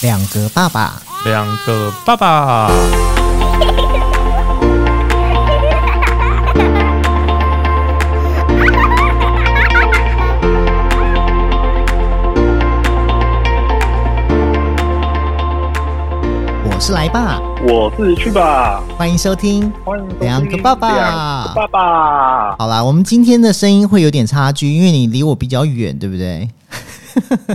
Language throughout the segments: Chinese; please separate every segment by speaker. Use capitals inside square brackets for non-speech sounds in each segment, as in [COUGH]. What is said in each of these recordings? Speaker 1: 两个爸爸，
Speaker 2: 两个爸爸。
Speaker 1: 我是来爸，
Speaker 3: 我是去吧，
Speaker 1: 欢迎收听。
Speaker 3: 欢迎收听
Speaker 1: 两个爸爸
Speaker 3: 两个爸爸，
Speaker 1: 好啦，我们今天的声音会有点差距，因为你离我比较远，对不对？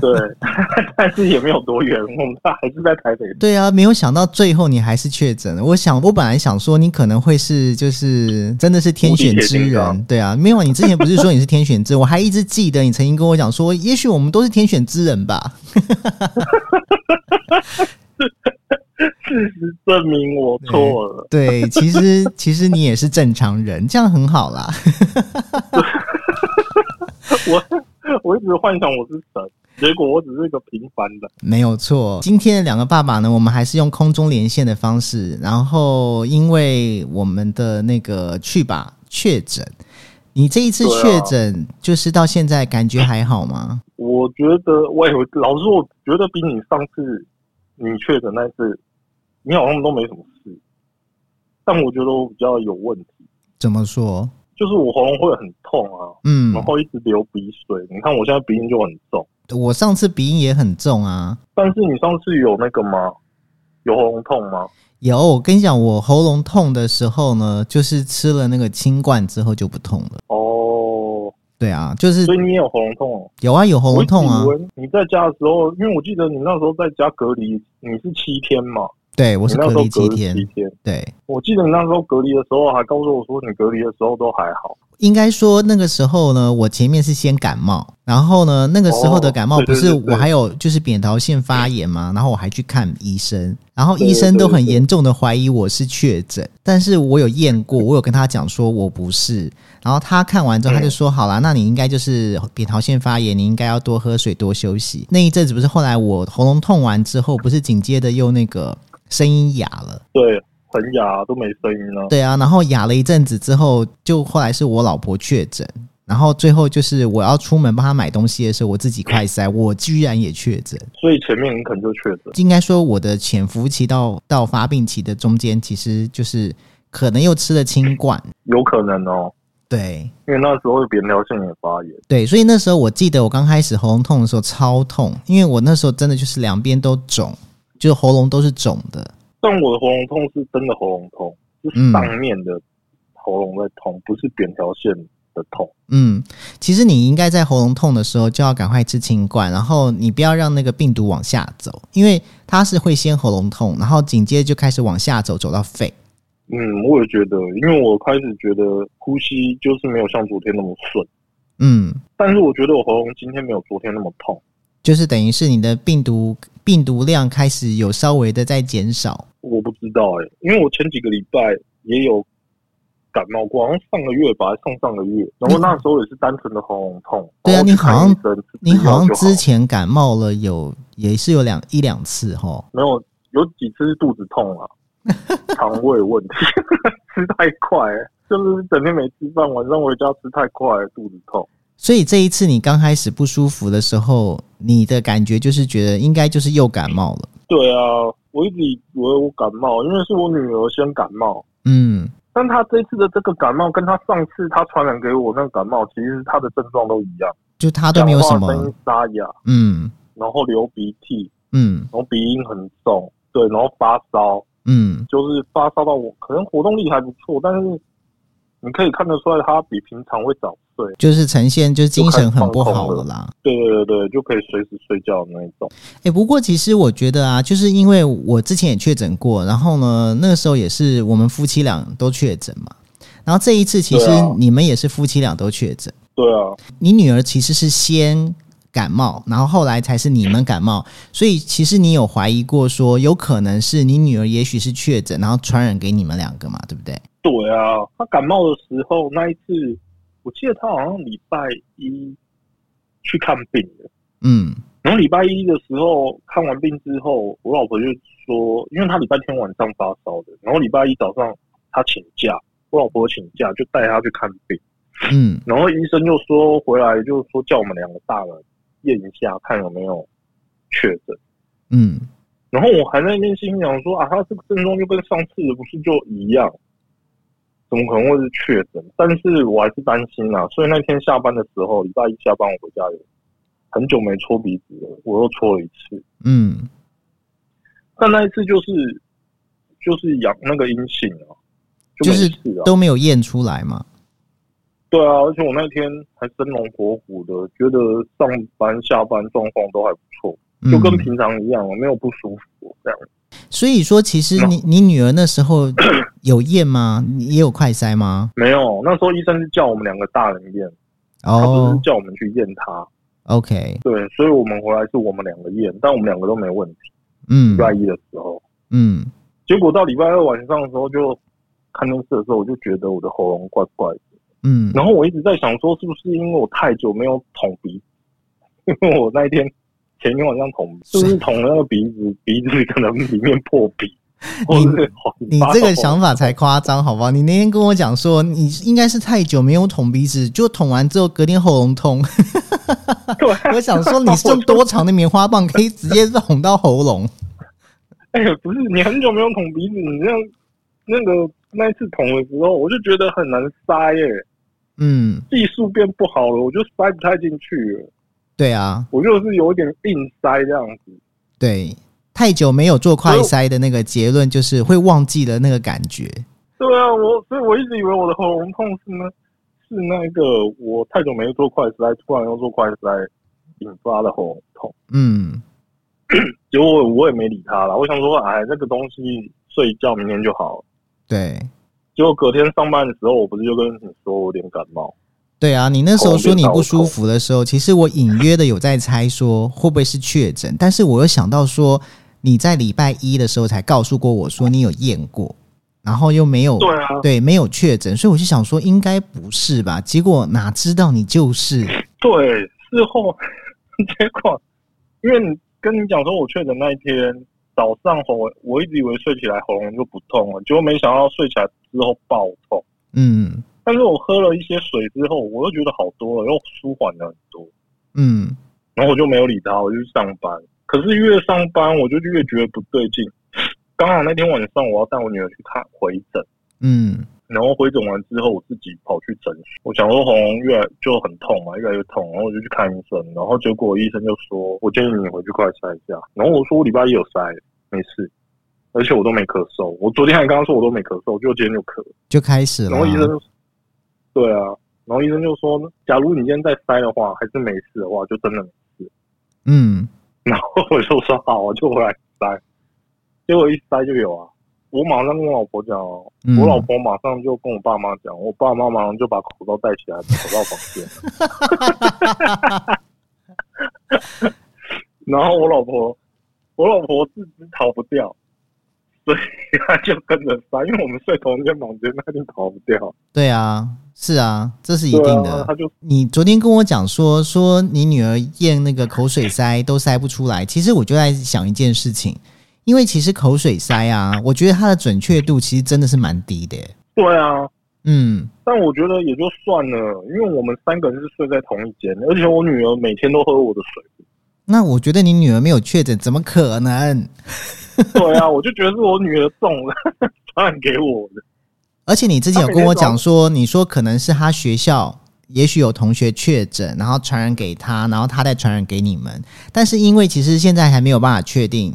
Speaker 3: 对， [LAUGHS] 但是也没有多远，我们还是在台北。
Speaker 1: 对啊，没有想到最后你还是确诊了。我想，我本来想说你可能会是就是真的是天选之
Speaker 3: 无敌铁定
Speaker 1: 人，对啊，没有，你之前不是说你是天选之，我还一直记得你曾经跟我讲说，也许我们都是天选之人吧。
Speaker 3: 事实证明我错了，
Speaker 1: 对，其实其实你也是正常人，这样很好啦。
Speaker 3: 我我一直幻想我是神，结果我只是一个平凡的。
Speaker 1: 没有错，今天的两个爸爸呢，我们还是用空中连线的方式。然后，因为我们的那个去吧确诊，你这一次
Speaker 3: 对啊
Speaker 1: 确诊，就是到现在感觉还好吗？
Speaker 3: [LAUGHS] 我觉得，我也老实说，我觉得比你上次你确诊那次，你好像都没什么事，但我觉得我比较有问题，
Speaker 1: 怎么说？
Speaker 3: 就是我喉咙会很痛啊，
Speaker 1: 嗯
Speaker 3: 然，后一直流鼻水。你看我现在鼻音就很重。
Speaker 1: 我上次鼻音也很重啊。
Speaker 3: 但是你上次有那个吗？有喉咙痛吗？
Speaker 1: 有，我跟你讲，我喉咙痛的时候呢，就是吃了那个清冠之后就不痛了。
Speaker 3: 哦，
Speaker 1: 对啊，就是
Speaker 3: 所以你也有喉咙痛哦。
Speaker 1: 有啊，有喉咙痛啊
Speaker 3: 我。一直以为你在家的时候，因为我记得你那时候在家隔离，你是七天嘛？
Speaker 1: 对，我
Speaker 3: 你
Speaker 1: 是
Speaker 3: 那
Speaker 1: 隔
Speaker 3: 时候
Speaker 1: 离七
Speaker 3: 隔离
Speaker 1: 天
Speaker 3: 七。天。
Speaker 1: 对，
Speaker 3: 我记得你那时候隔离的时候还告诉我说，你隔离的时候都还好。
Speaker 1: 应该说那个时候呢，我前面是先感冒，然后呢，那个时候的感冒
Speaker 3: 哦
Speaker 1: 不
Speaker 3: 对对
Speaker 1: 是
Speaker 3: 对对
Speaker 1: 我还有就是扁桃腺发炎嘛，然后我还去看医生，然后
Speaker 3: 对
Speaker 1: 医生
Speaker 3: 对
Speaker 1: 都很
Speaker 3: 对
Speaker 1: 严重的怀疑我是确诊，但是我有验过，我有跟他讲说我不是，然后他看完之
Speaker 3: 嗯
Speaker 1: 后他就说好啦，那你应该就是扁桃腺发炎，你应该要多喝水多休息。那一阵子不是后来我喉咙痛完之后，不是紧接着又那个声音哑了。
Speaker 3: 对，很哑，都没声音了。
Speaker 1: 对啊，然后哑了一阵子之后，就后来是我老婆确诊，然后最后就是我要出门帮她买东西的时候，我自己快塞，我居然也确诊。
Speaker 3: 所以前面你可能就确诊。
Speaker 1: 应该说我的潜伏期到到发病期的中间，其实就是可能又吃了清冠，
Speaker 3: 有可能哦，
Speaker 1: 对
Speaker 3: 因为那时候扁桃腺也发炎。
Speaker 1: 对，所以那时候我记得我刚开始喉咙痛的时候超痛，因为我那时候真的就是两边都肿，就是喉咙都是肿的。
Speaker 3: 但我的喉咙痛是真的喉咙痛，
Speaker 1: 嗯
Speaker 3: 是上面的喉咙在痛，不是扁条线的痛。
Speaker 1: 嗯，其实你应该在喉咙痛的时候就要赶快吃清冠，然后你不要让那个病毒往下走，因为它是会先喉咙痛，然后紧接着就开始往下走，走到肺。
Speaker 3: 嗯，我也觉得，因为我开始觉得呼吸就是没有像昨天那么顺，
Speaker 1: 嗯，
Speaker 3: 但是我觉得我喉咙今天没有昨天那么痛。
Speaker 1: 就是等于是你的病毒病毒量开始有稍微的在减少。
Speaker 3: 我不知道哎、因为我前几个礼拜也有感冒过，好像上个月吧，上上个月，然后那时候也是单纯的喉咙痛。
Speaker 1: 对啊
Speaker 3: 然后
Speaker 1: 你
Speaker 3: 去
Speaker 1: 好像
Speaker 3: 看医生吃
Speaker 1: 你
Speaker 3: 吃药
Speaker 1: 好像
Speaker 3: 就
Speaker 1: 之前感冒了有也是有两一两次吼，
Speaker 3: 没有有几次是肚子痛
Speaker 1: [LAUGHS]
Speaker 3: 啊，肠胃问题， [LAUGHS] 吃太快、欸就是整天没吃饭，晚上回家吃太快、肚子痛。
Speaker 1: 所以这一次你刚开始不舒服的时候，你的感觉就是觉得应该就是又感冒了。
Speaker 3: 对啊，我一直以为我感冒，因为是我女儿先感冒，
Speaker 1: 嗯，
Speaker 3: 但她这次的这个感冒跟她上次她传染给我那个感冒，其实她的症状都一样，
Speaker 1: 就他
Speaker 3: 她
Speaker 1: 啊都没有什
Speaker 3: 声
Speaker 1: 么
Speaker 3: 音，沙哑，
Speaker 1: 嗯
Speaker 3: 然后流鼻涕，
Speaker 1: 嗯
Speaker 3: 然后鼻音很重，对，然后发烧，
Speaker 1: 嗯，
Speaker 3: 就是发烧到我可能活动力还不错，但是你可以看得出来她比平常会早睡。
Speaker 1: 就是呈现就是精神很不好了啦。
Speaker 3: 对对对对，就可以随时睡觉的那一种。
Speaker 1: 哎、不过其实我觉得啊，就是因为我之前也确诊过，然后呢，那个时候也是我们夫妻俩都确诊嘛。然后这一次其实
Speaker 3: 对啊
Speaker 1: 你们也是夫妻俩都确诊，
Speaker 3: 对啊，
Speaker 1: 你女儿其实是先感冒，然后后来才是你们感冒，所以其实你有怀疑过说，有可能是你女儿也许是确诊，然后传染给你们两个嘛，对不对？
Speaker 3: 对啊，他感冒的时候那一次，我记得他好像礼拜一去看病的。
Speaker 1: 嗯
Speaker 3: 然后礼拜一的时候看完病之后，我老婆就说，因为她礼拜天晚上发烧的，然后礼拜一早上她请假，我老婆请假就带她去看病，
Speaker 1: 嗯
Speaker 3: 然后医生就说回来就说叫我们两个大人验一下看有没有确诊。
Speaker 1: 嗯，
Speaker 3: 然后我还在那边心想说啊，他这个症状就跟上次的不是就一样，怎么可能会是确诊？但是我还是担心啊，所以那天下班的时候，礼拜一下班我回家有很久没搓鼻子了，我又搓了一次，
Speaker 1: 嗯，
Speaker 3: 但那一次就是就是阳那个阴性啊，就
Speaker 1: 就
Speaker 3: 没
Speaker 1: 是
Speaker 3: 事啊，
Speaker 1: 都没有验出来嘛。
Speaker 3: 对啊，而且我那天还生龙活虎的，觉得上班下班状况都还不错，就跟
Speaker 1: 嗯，
Speaker 3: 平常一样，啊没有不舒服这样。
Speaker 1: 所以说其实你你女儿那时候
Speaker 3: [COUGHS]
Speaker 1: 有验吗？你也有快筛吗？
Speaker 3: 没有，那时候医生是叫我们两个大人验，他不是
Speaker 1: 哦、
Speaker 3: 叫我们去验他。
Speaker 1: o k
Speaker 3: 对，所以我们回来是我们两个验，但我们两个都没问题。
Speaker 1: 嗯
Speaker 3: 礼拜一的时候，
Speaker 1: 嗯，
Speaker 3: 结果到礼拜二晚上的时候就看电视的时候，我就觉得我的喉咙怪怪的。
Speaker 1: 嗯，
Speaker 3: 然后我一直在想说，是不是因为我太久没有捅鼻子？ [LAUGHS] 因为我那一天前一天晚上捅，
Speaker 1: 是
Speaker 3: 就是捅那个鼻子，鼻子可能里面破皮，或者是红
Speaker 1: 你
Speaker 3: 发
Speaker 1: 这个
Speaker 3: 红
Speaker 1: 想法才夸张，好不好？你那天跟我讲说，你应该是太久没有捅鼻子，就捅完之后隔天喉咙
Speaker 3: [LAUGHS]
Speaker 1: 痛。
Speaker 3: 对啊，
Speaker 1: 我想说，你是用多长的棉花棒可以直接捅到喉咙？
Speaker 3: [LAUGHS] 哎、呀，不是你很久没有捅鼻子，你这样那个那一次捅的时候，我就觉得很难塞耶、
Speaker 1: 嗯，
Speaker 3: 技术变不好了，我就塞不太进去了，
Speaker 1: 对啊，
Speaker 3: 我就是有点硬塞这样子。
Speaker 1: 对，太久没有做快筛的那个结论就是会忘记了那个感觉。
Speaker 3: 对啊，我所以我一直以为我的喉咙痛是呢，是那个我太久没做快塞，突然要做快塞引发的喉咙痛。
Speaker 1: 嗯，
Speaker 3: 结果我也没理他了，我想说，哎，那个东西睡一觉，明天就好了。
Speaker 1: 对，
Speaker 3: 结果隔天上班的时候，我不是就跟你说我有点感冒，
Speaker 1: 对啊，你那时候说你不舒服的时候，其实我隐约的有在猜说会不会是确诊，但是我又想到说你在礼拜一的时候才告诉过我说你有验过，然后又没有
Speaker 3: 对啊
Speaker 1: 对没有确诊，所以我就想说应该不是吧？结果哪知道你就是
Speaker 3: 对，事后 [LAUGHS] 结果，因为你跟你讲说我确诊那一天早上喉，我一直以为睡起来喉咙就不痛了，结果没想到睡起来之后爆痛。
Speaker 1: 嗯
Speaker 3: 但是我喝了一些水之后，我又觉得好多了，又舒缓了很多，
Speaker 1: 嗯
Speaker 3: 然后我就没有理他，我就去上班。可是越上班我就越觉得不对劲。刚好那天晚上我要带我女儿去看回诊，
Speaker 1: 嗯
Speaker 3: 然后回诊完之后，我自己跑去诊所，我想说喉咙越来就很痛嘛，越来越痛，然后我就去看医生，然后结果医生就说，我建议你回去快筛一下。然后我说我礼拜一有筛，没事，而且我都没咳嗽，我昨天还刚刚说我都没咳嗽，结果今天就咳了。
Speaker 1: 就开始了
Speaker 3: 然
Speaker 1: 啊、
Speaker 3: 后医生就，对啊，然后医生就说，假如你今天再塞的话，还是没事的话，就真的没事。 [LAUGHS]
Speaker 1: 嗯
Speaker 3: 然后我就说好，我就回来塞，结果一塞就有啊。我马上跟我老婆讲哦，
Speaker 1: 嗯
Speaker 3: 我老婆马上就跟我爸妈讲，我爸妈马上就把口罩戴起来，跑到房间。 [LAUGHS] 然后我老婆，我老婆自知逃不掉，所以她就跟着塞，因为我们睡同一间房间，她就逃不掉。
Speaker 1: 对啊是啊，这是一
Speaker 3: 对
Speaker 1: 定的。
Speaker 3: 啊，她就
Speaker 1: 你昨天跟我讲说说你女儿验那个口水塞都塞不出来，其实我就在想一件事情，因为其实口水塞啊，我觉得它的准确度其实真的是蛮低的耶。
Speaker 3: 对啊，
Speaker 1: 嗯
Speaker 3: 但我觉得也就算了，因为我们三个人是睡在同一间，而且我女儿每天都喝我的水。
Speaker 1: 那我觉得你女儿没有确诊，怎么可能？
Speaker 3: 对啊，我就觉得是我女儿送 [LAUGHS] 了，传给我的。
Speaker 1: 而且你之前有跟我讲说，你说可能是她学校也许有同学确诊，然后传染给她，然后她再传染给你们。但是因为其实现在还没有办法确定，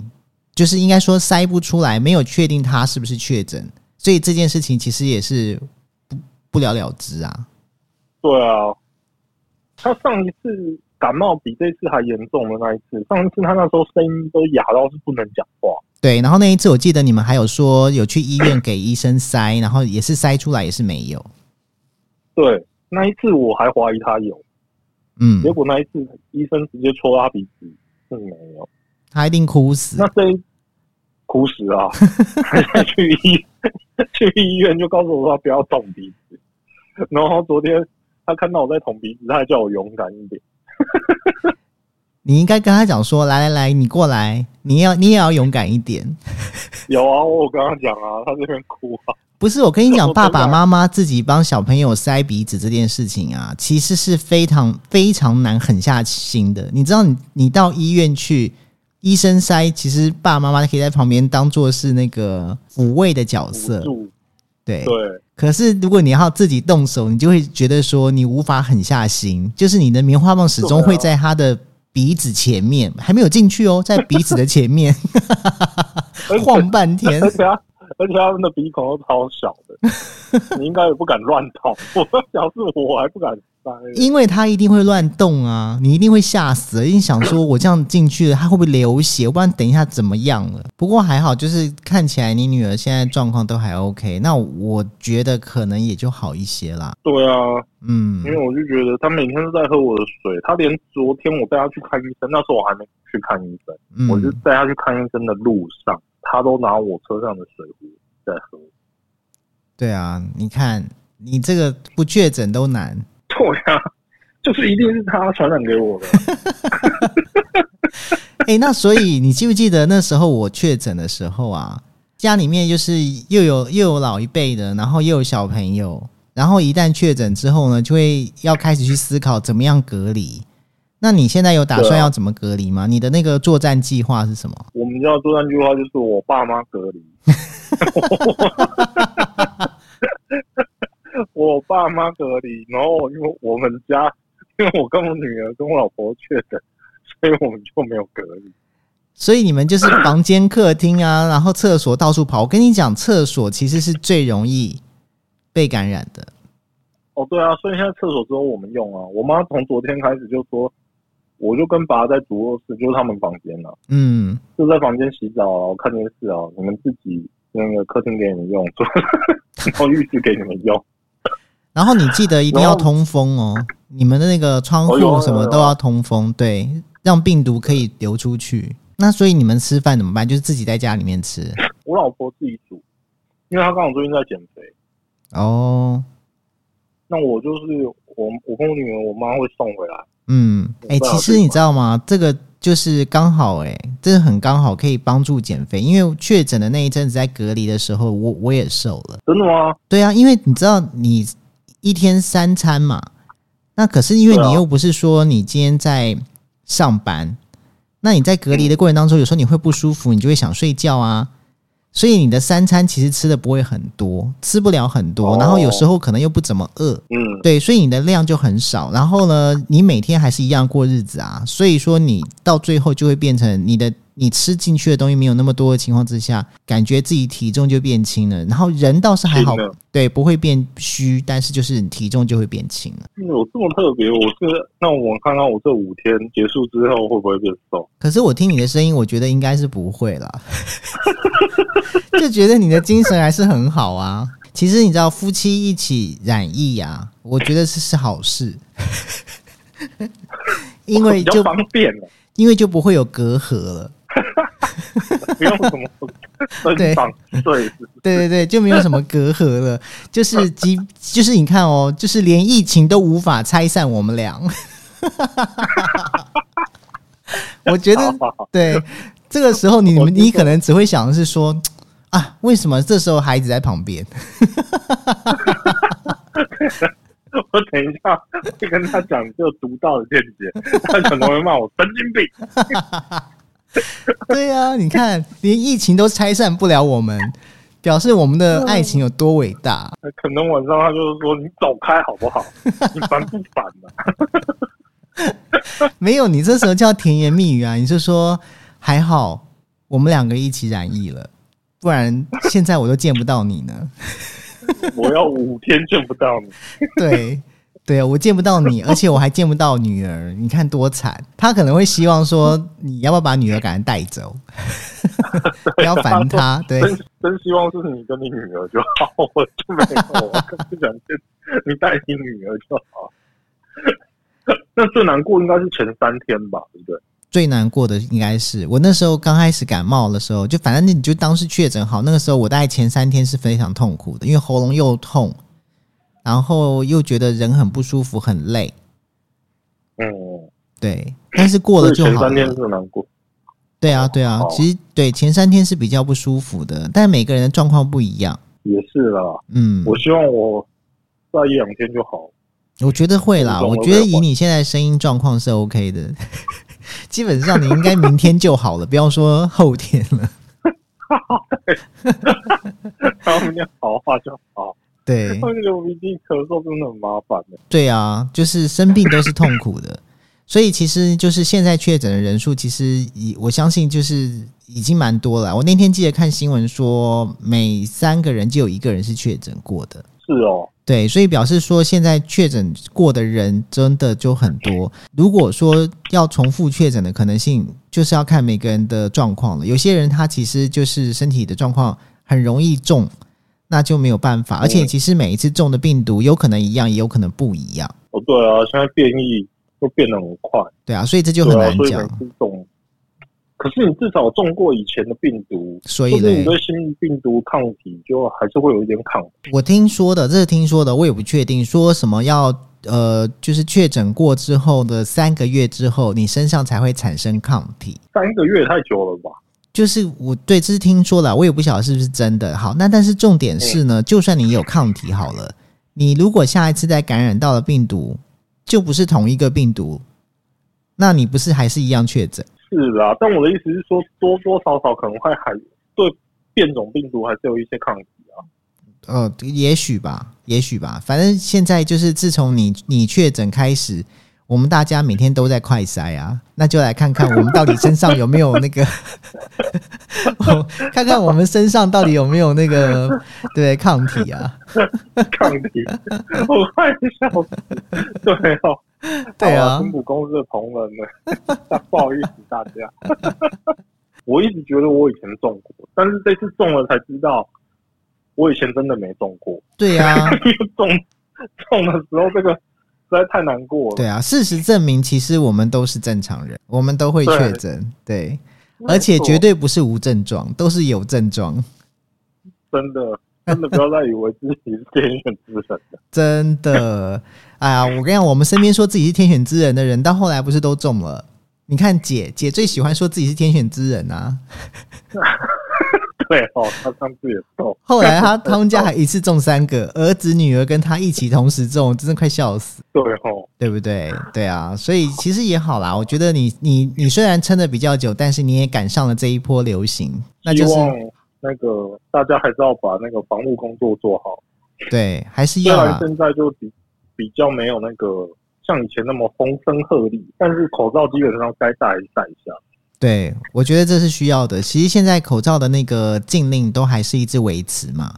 Speaker 1: 就是应该说筛不出来，没有确定她是不是确诊，所以这件事情其实也是不不了了之啊。
Speaker 3: 对啊，她上一次感冒比这次还严重的那一次，上一次她那时候声音都哑到是不能讲话。
Speaker 1: 对，然后那一次我记得你们还有说有去医院给医生筛，然后也是筛出来也是没有。
Speaker 3: 对，那一次我还怀疑她有，
Speaker 1: 嗯
Speaker 3: 结，果那一次医生直接戳她鼻子是没有。
Speaker 1: 他一定哭死
Speaker 3: 那。这一哭死
Speaker 1: [LAUGHS]
Speaker 3: 啊！去医去医院就告诉我说她不要捅鼻子，然后昨天她看到我在捅鼻子，她还叫我勇敢一点。
Speaker 1: 你应该跟他讲说，来来来，你过来，你要你也要勇敢一点。
Speaker 3: 有啊，我有跟他讲啊，他这边哭啊。
Speaker 1: 不是，我跟你讲，
Speaker 3: [LAUGHS] 我
Speaker 1: 爸
Speaker 3: 真的
Speaker 1: 爸妈妈自己帮小朋友塞鼻子这件事情啊，其实是非常非常难狠下心的。你知道你，你到医院去，医生塞，其实爸爸妈妈可以在旁边当做是那个抚慰的角色
Speaker 3: 辅，助
Speaker 1: 对。
Speaker 3: 对
Speaker 1: 可是如果你要自己动手，你就会觉得说你无法狠下心，就是你的棉花棒始终
Speaker 3: 啊
Speaker 1: 会在他的鼻子前面，还没有进去哦，在鼻子的前
Speaker 3: [LAUGHS]
Speaker 1: 面
Speaker 3: 而且
Speaker 1: 晃半
Speaker 3: [LAUGHS]
Speaker 1: 天
Speaker 3: 而。且他而且他们的鼻孔都超小
Speaker 1: [LAUGHS]
Speaker 3: 的，你应该也不敢乱捅。我要是我还不敢塞，
Speaker 1: 因为他一定会乱动啊，你一定会吓死，一定想说我这样进去了，他会不会流血？不然等一下怎么样了？不过还好，就是看起来你女儿现在状况都还 OK，那我觉得可能也就好一些啦。
Speaker 3: 对啊，
Speaker 1: 嗯
Speaker 3: 因为我就觉得他每天都在喝我的水，他连昨天我带他去看医生，那时候我还没去看医生，
Speaker 1: 嗯，
Speaker 3: 我就带他去看医生的路上，他都拿我车上的水壶在喝。
Speaker 1: 对啊，你看你这个不确诊都难，
Speaker 3: 对啊，就是一定是他传染给我的。
Speaker 1: [LAUGHS] 哎、那所以你记不记得那时候我确诊的时候啊，家里面就是又有又有老一辈的，然后又有小朋友，然后一旦确诊之后呢，就会要开始去思考怎么样隔离。那你现在有打
Speaker 3: 对
Speaker 1: 算
Speaker 3: 啊
Speaker 1: 要怎么隔离吗？你的那个作战计划是什么？
Speaker 3: 我们要做那句话就是我爸妈隔离。我爸妈隔离，然后因为我们家，因为我跟我女儿跟我老婆确诊，所以我们就没有隔离。
Speaker 1: 所以你们就是房间、客厅啊，然后厕所到处跑。我跟你讲，厕所其实是最容易被感染的。
Speaker 3: 哦，对啊，所以现在厕所只有我们用啊。我妈从昨天开始就说，我就跟爸在主卧室，就是他们房间啊，
Speaker 1: 嗯，
Speaker 3: 就在房间洗澡啊、看电视啊，你们自己那个客厅给你们用，
Speaker 1: [LAUGHS]
Speaker 3: 然后浴室给你们用。
Speaker 1: 然后你记得一定
Speaker 3: 然
Speaker 1: 要
Speaker 3: 后
Speaker 1: 通风哦，你们的那个窗户
Speaker 3: 哦有啊
Speaker 1: 什么
Speaker 3: 有啊
Speaker 1: 都要通风，对，让病毒可以流出去。那所以你们吃饭怎么办？就是自己在家里面吃
Speaker 3: 我老婆自己煮，因为她刚好最近在减肥。
Speaker 1: 哦。
Speaker 3: 那我就是我，我跟我女儿，我妈会送回来。
Speaker 1: 嗯，哎、
Speaker 3: 我不知道
Speaker 1: 其实
Speaker 3: 这个
Speaker 1: 你知道吗？这个就是刚好、哎，这个很刚好可以帮助减肥，因为确诊的那一阵子在隔离的时候，我我也瘦了。
Speaker 3: 真的吗？
Speaker 1: 对啊，因为你知道你一天三餐嘛，那可是因为
Speaker 3: 对啊
Speaker 1: 你又不是说你今天在上班，那你在隔
Speaker 3: 嗯
Speaker 1: 离的过程当中，有时候你会不舒服，你就会想睡觉啊。所以你的三餐其实吃的不会很多，吃不了很多，
Speaker 3: 哦
Speaker 1: 然后有时候可能又不怎么饿，
Speaker 3: 嗯，
Speaker 1: 对，所以你的量就很少。然后呢，你每天还是一样过日子啊，所以说你到最后就会变成你的你吃进去的东西没有那么多的情况之下，感觉自己体重就变轻了。然后人倒是还好
Speaker 3: 轻了，
Speaker 1: 对，不会变虚，但是就是你体重就会变轻了。
Speaker 3: 有这么特别？我是那我看看我这五天结束之后会不会变瘦？
Speaker 1: 可是我听你的声音，我觉得应该是不会啦， [LAUGHS] 就觉得你的精神还是很好啊。其实你知道，夫妻一起染疫啊，我觉得是是好事， [LAUGHS] 因为
Speaker 3: [LAUGHS] 比较
Speaker 1: 就
Speaker 3: 方便啊了，
Speaker 1: 因为就不会有隔阂了。
Speaker 3: 不用什么
Speaker 1: [LAUGHS] 对
Speaker 3: 分
Speaker 1: [LAUGHS]
Speaker 3: 房睡。
Speaker 1: 对对对，就没有什么隔阂了。 [LAUGHS] 就是即就是你看哦，就是连疫情都无法拆散我们俩。 [LAUGHS] 我觉得
Speaker 3: [LAUGHS] 好好好
Speaker 1: 对，这个时候你
Speaker 3: 我
Speaker 1: 们
Speaker 3: 知道
Speaker 1: 你可能只会想的是说啊，为什么这时候孩子在旁边？ [LAUGHS]
Speaker 3: 我等一下会跟他讲这个独到的见解，他可能会骂我神经病。
Speaker 1: 对啊，你看连疫情都拆散不了我们，表示我们的爱情有多伟大。
Speaker 3: [LAUGHS] 可能晚上他就是说你走开好
Speaker 1: [LAUGHS]
Speaker 3: 不好？你烦不烦呢、啊？
Speaker 1: 没有，你这时候叫甜言蜜语啊，你就说还好我们两个一起染疫了，不然现在我都见不到你呢。
Speaker 3: 我要五天见不到你，
Speaker 1: 对，对我见不到你，而且我还见不到女儿，你看多惨。他可能会希望说，你要不要把女儿赶快带走，不要烦他。对，
Speaker 3: 真真希望是你跟你女儿就好，我就没
Speaker 1: [LAUGHS]
Speaker 3: 有，我更不想见你带你女儿就好。 [LAUGHS] 那最难过应该是前三天吧，对不对？
Speaker 1: 最难过的应该是我那时候刚开始感冒的时候，就反正你就当是确诊好。那个时候我大概前三天是非常痛苦的，因为喉咙又痛，然后又觉得人很不舒服、很累。
Speaker 3: 嗯，
Speaker 1: 对，但是过
Speaker 3: 所
Speaker 1: 了
Speaker 3: 以
Speaker 1: 就
Speaker 3: 前
Speaker 1: 好
Speaker 3: 三天
Speaker 1: 了。
Speaker 3: 是难过。
Speaker 1: 对啊，对啊
Speaker 3: 哦，
Speaker 1: 其实对前三天是比较不舒服的，但每个人的状况不一样。
Speaker 3: 也是啦，
Speaker 1: 嗯，
Speaker 3: 我希望我再一两天就好。 [LAUGHS]
Speaker 1: 我觉得会啦，
Speaker 3: 症状
Speaker 1: 我
Speaker 3: 会不
Speaker 1: 觉得
Speaker 3: 会
Speaker 1: 以
Speaker 3: 缓
Speaker 1: 你现在声音状况是 OK 的， [LAUGHS] 基本上你应该明天就好了，不要说后天了。
Speaker 3: 他们要好话就好，
Speaker 1: 对
Speaker 3: 他们流鼻涕咳嗽真的很麻烦的。
Speaker 1: 对啊，就是生病都是痛苦的，所以其实就是现在确诊的人数，其实已我相信就是已经蛮多了啊。我那天记得看新闻说，每三个人就有一个人是确诊过的。
Speaker 3: 是哦，
Speaker 1: 对，所以表示说现在确诊过的人真的就很多。如果说要重复确诊的可能性，就是要看每个人的状况了。有些人他其实就是身体的状况很容易中，那就没有办法。而且其实每一次中的病毒有可能一样，也有可能不一样，
Speaker 3: 哦对啊，现在变异又变得很快，
Speaker 1: 对啊，所以这就
Speaker 3: 对
Speaker 1: 很
Speaker 3: 啊，
Speaker 1: 难
Speaker 3: 所以
Speaker 1: 讲
Speaker 3: 每。次中，可是你至少中过以前的病毒，
Speaker 1: 所
Speaker 3: 就
Speaker 1: 以
Speaker 3: 是你
Speaker 1: 嘞，
Speaker 3: 对新病毒抗体就还是会有一点抗体。
Speaker 1: 我听说的，这是听说的，我也不确定，说什么要呃，就是确诊过之后的三个月之后，你身上才会产生抗体。
Speaker 3: 三个月也太久了吧？
Speaker 1: 就是我对，这是听说了，我也不晓得是不是真的。好，那但是重点是呢，就算你有抗体好了，你如果下一次再感染到了病毒，就不是同一个病毒，那你不是还是一样确诊？
Speaker 3: 是啦，但我的意思是说，多多少少可能会还对变种病毒还是有一些抗体啊。
Speaker 1: 呃，也许吧，也许吧，反正现在就是自从你你确诊开始，我们大家每天都在快筛啊，那就来看看我们到底身上有没有那个， [LAUGHS] 我看看我们身上到底有没有那个对抗体啊。
Speaker 3: 抗体，我快笑死。对哦，
Speaker 1: 对啊
Speaker 3: 好辛苦公司的同仁们， [LAUGHS] 不好意思大家。我一直觉得我以前中过，但是这次中了才知道，我以前真的没中过。
Speaker 1: 对啊，
Speaker 3: [LAUGHS] 中中的时候，这个实在太难过了。
Speaker 1: 对啊，事实证明，其实我们都是正常人，我们都会确诊，对，而且绝对不是无症状，都是有症状，
Speaker 3: 真的真的不要再以为自己是天选之人了。
Speaker 1: [LAUGHS] 真的。 [LAUGHS] 哎呀，我跟你讲，我们身边说自己是天选之人的人，到后来不是都中了？你看姐姐最喜欢说自己是天选之人啊，
Speaker 3: 对哦，他上次也瘦，
Speaker 1: 后来她他们家还一次中三个，儿子女儿跟她一起同时中，真的快笑死。
Speaker 3: 对哦，
Speaker 1: 对不对？对啊，所以其实也好啦。我觉得你你你虽然撑的比较久，但是你也赶上了这一波流行，那就
Speaker 3: 希
Speaker 1: 是
Speaker 3: 望那个大家还是要把那个防护工作做好。
Speaker 1: 对，还是
Speaker 3: 虽
Speaker 1: 要啊
Speaker 3: 然
Speaker 1: 啦。
Speaker 3: 现在就比比较没有那个像以前那么风声鹤唳，但是口罩基本上该戴还是戴一下。
Speaker 1: 对，我觉得这是需要的。其实现在口罩的那个禁令都还是一直维持嘛。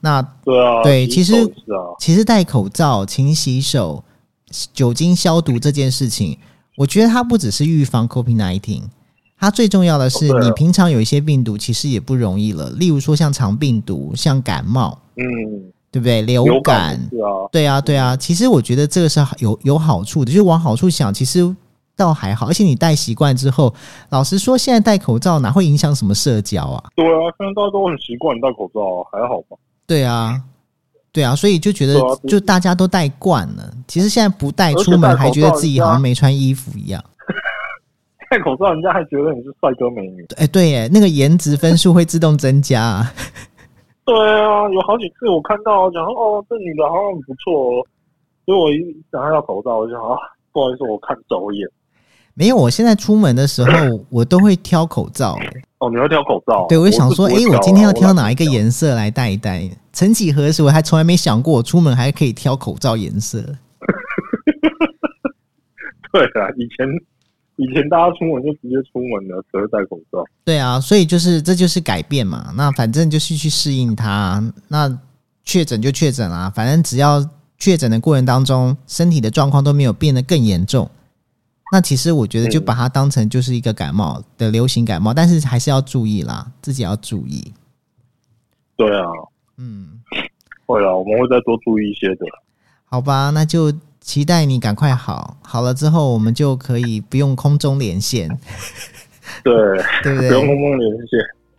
Speaker 1: 那
Speaker 3: 对啊，
Speaker 1: 对
Speaker 3: 洗手
Speaker 1: 其实
Speaker 3: 也是啊，
Speaker 1: 其实戴口罩、勤洗手、酒精消毒这件事情，我觉得它不只是预防 COVID-19，它最重要的是
Speaker 3: 哦对啊
Speaker 1: 你平常有一些病毒其实也不容易了，例如说像肠病毒、像感冒，
Speaker 3: 嗯，
Speaker 1: 对不对？流
Speaker 3: 流
Speaker 1: 感
Speaker 3: 也是啊，
Speaker 1: 对啊，对啊，其实我觉得这个是有有好处的，就是往好处想，其实倒还好。而且你戴习惯之后，老实说，现在戴口罩哪会影响什么社交啊？
Speaker 3: 对啊，现在大家都很习惯戴口罩，啊还好吧？
Speaker 1: 对啊，对啊，所以就觉得
Speaker 3: 对啊
Speaker 1: 就大家都戴惯了，其实现在不戴出
Speaker 3: 而且戴
Speaker 1: 门
Speaker 3: 口罩
Speaker 1: 还觉得自己好像没穿衣服一样。
Speaker 3: 戴口罩人家还觉得你是帅哥美女。
Speaker 1: 哎，对耶，那个颜值分数会自动增加、啊。 [LAUGHS]
Speaker 3: 对啊，有好几次我看到，我想说哦，这女的好像很不错哦，所以我一想她要口罩，我就想啊，不好意思，我看走眼。
Speaker 1: 没有，我现在出门的时候我都会挑口罩。
Speaker 3: 哦，你会挑口罩？
Speaker 1: 对，我就想
Speaker 3: 是
Speaker 1: 说，
Speaker 3: 不
Speaker 1: 哎、
Speaker 3: 会
Speaker 1: 我
Speaker 3: 啊
Speaker 1: 今天要挑
Speaker 3: 懒
Speaker 1: 哪一个
Speaker 3: 得
Speaker 1: 颜色来戴一戴？曾几何时，我还从来没想过，我出门还可以挑口罩颜色。
Speaker 3: 挑？对啊，以前以前大家出门就直接出门了，只会戴口罩。
Speaker 1: 对啊，所以就是这就是改变嘛。那反正就是去适应它。那确诊就确诊啦、反正只要确诊的过程当中，身体的状况都没有变得更严重，那其实我觉得就
Speaker 3: 嗯
Speaker 1: 把它当成就是一个感冒的流行感冒，但是还是要注意啦，自己要注意。
Speaker 3: 对啊，
Speaker 1: 嗯，
Speaker 3: 会啊，我们会再多注意一些的。
Speaker 1: 好吧，那就期待你赶快好好了之后，我们就可以不用空中连线，
Speaker 3: 对，
Speaker 1: 对不
Speaker 3: 不用
Speaker 1: 对？
Speaker 3: 公共联系，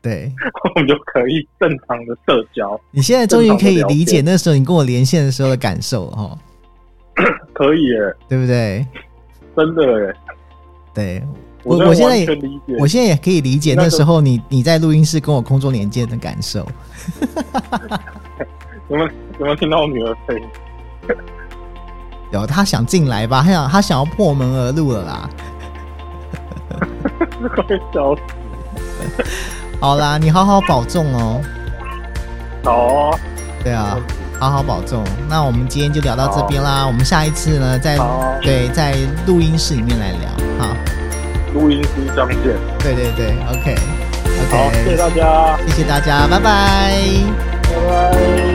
Speaker 1: 对，
Speaker 3: 我们就可以正常的社交，
Speaker 1: 你现在终于可以
Speaker 3: 正常地
Speaker 1: 理
Speaker 3: 聊
Speaker 1: 解
Speaker 3: 天
Speaker 1: 那时候你跟我连线的时候的感受哦，
Speaker 3: 可以耶，
Speaker 1: 对不对？
Speaker 3: 真的耶。
Speaker 1: 对我
Speaker 3: 我
Speaker 1: 我现在
Speaker 3: 完
Speaker 1: 也
Speaker 3: 全理解，
Speaker 1: 我现在也可以理解那
Speaker 3: 那个
Speaker 1: 时候你你在录音室跟我空中连线的感受。
Speaker 3: 有没有有没有听到我女儿声音？
Speaker 1: 有他想进来吧，他想他想要破门而入了啦。
Speaker 3: [LAUGHS] 快笑死！
Speaker 1: 好啦，你好好保重哦。
Speaker 3: 好啊，
Speaker 1: 对啊，好好保重。那我们今天就聊到这边啦，我们下一次呢再
Speaker 3: 好啊
Speaker 1: 对在录音室里面来聊。好，
Speaker 3: 录音师相见。
Speaker 1: 对对对，OK
Speaker 3: 好，谢谢
Speaker 1: OK，
Speaker 3: 大家，
Speaker 1: 谢谢大家，拜拜。
Speaker 3: 拜拜。